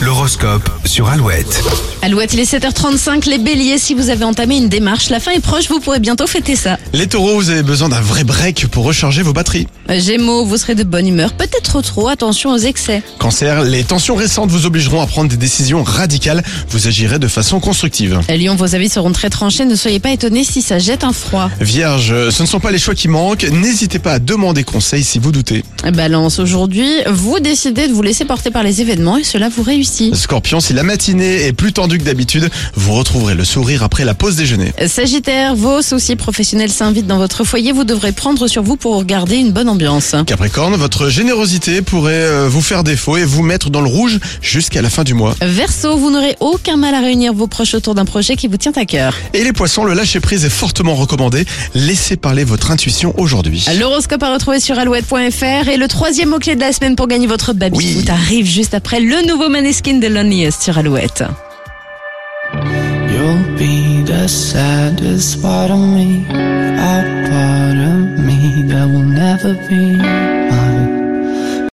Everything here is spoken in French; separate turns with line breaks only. L'horoscope sur Alouette.
Alouette, il est 7h35, les béliers, si vous avez entamé une démarche, la fin est proche, vous pourrez bientôt fêter ça.
Les taureaux, vous avez besoin d'un vrai break pour recharger vos batteries.
Euh, Gémeaux, vous serez de bonne humeur, peut-être trop, attention aux excès.
Cancer, les tensions récentes vous obligeront à prendre des décisions radicales. Vous agirez de façon constructive.
Euh, Lyon, vos avis seront très tranchés, ne soyez pas étonnés si ça jette un froid.
Vierge, euh, ce ne sont pas les choix qui manquent. N'hésitez pas à demander conseil si vous doutez.
Euh, Balance, aujourd'hui, vous décidez de vous laisser porter par les événements et cela vous réussit.
Scorpion, si la matinée est plus tendue que d'habitude, vous retrouverez le sourire après la pause déjeuner.
Euh, Sagittaire, vos soucis professionnels s'invitent dans votre foyer, vous devrez prendre sur vous pour garder une bonne ambiance.
Capricorne, votre générosité pourrait euh, vous faire défaut et vous mettre dans le rouge jusqu'à la fin du mois.
Verseau, vous n'aurez aucun mal à réunir vos proches autour d'un projet qui vous tient à cœur.
Et les poissons, le lâcher-prise est fortement recommandé. Laissez parler votre intuition aujourd'hui.
L'horoscope à retrouver sur alouette.fr et le troisième mot-clé de la semaine pour gagner votre baby
Oui.
arrive juste après le nouveau Maneskin de Loneliest sur Alouette.
You'll be the saddest part of me, a part of me that will never be.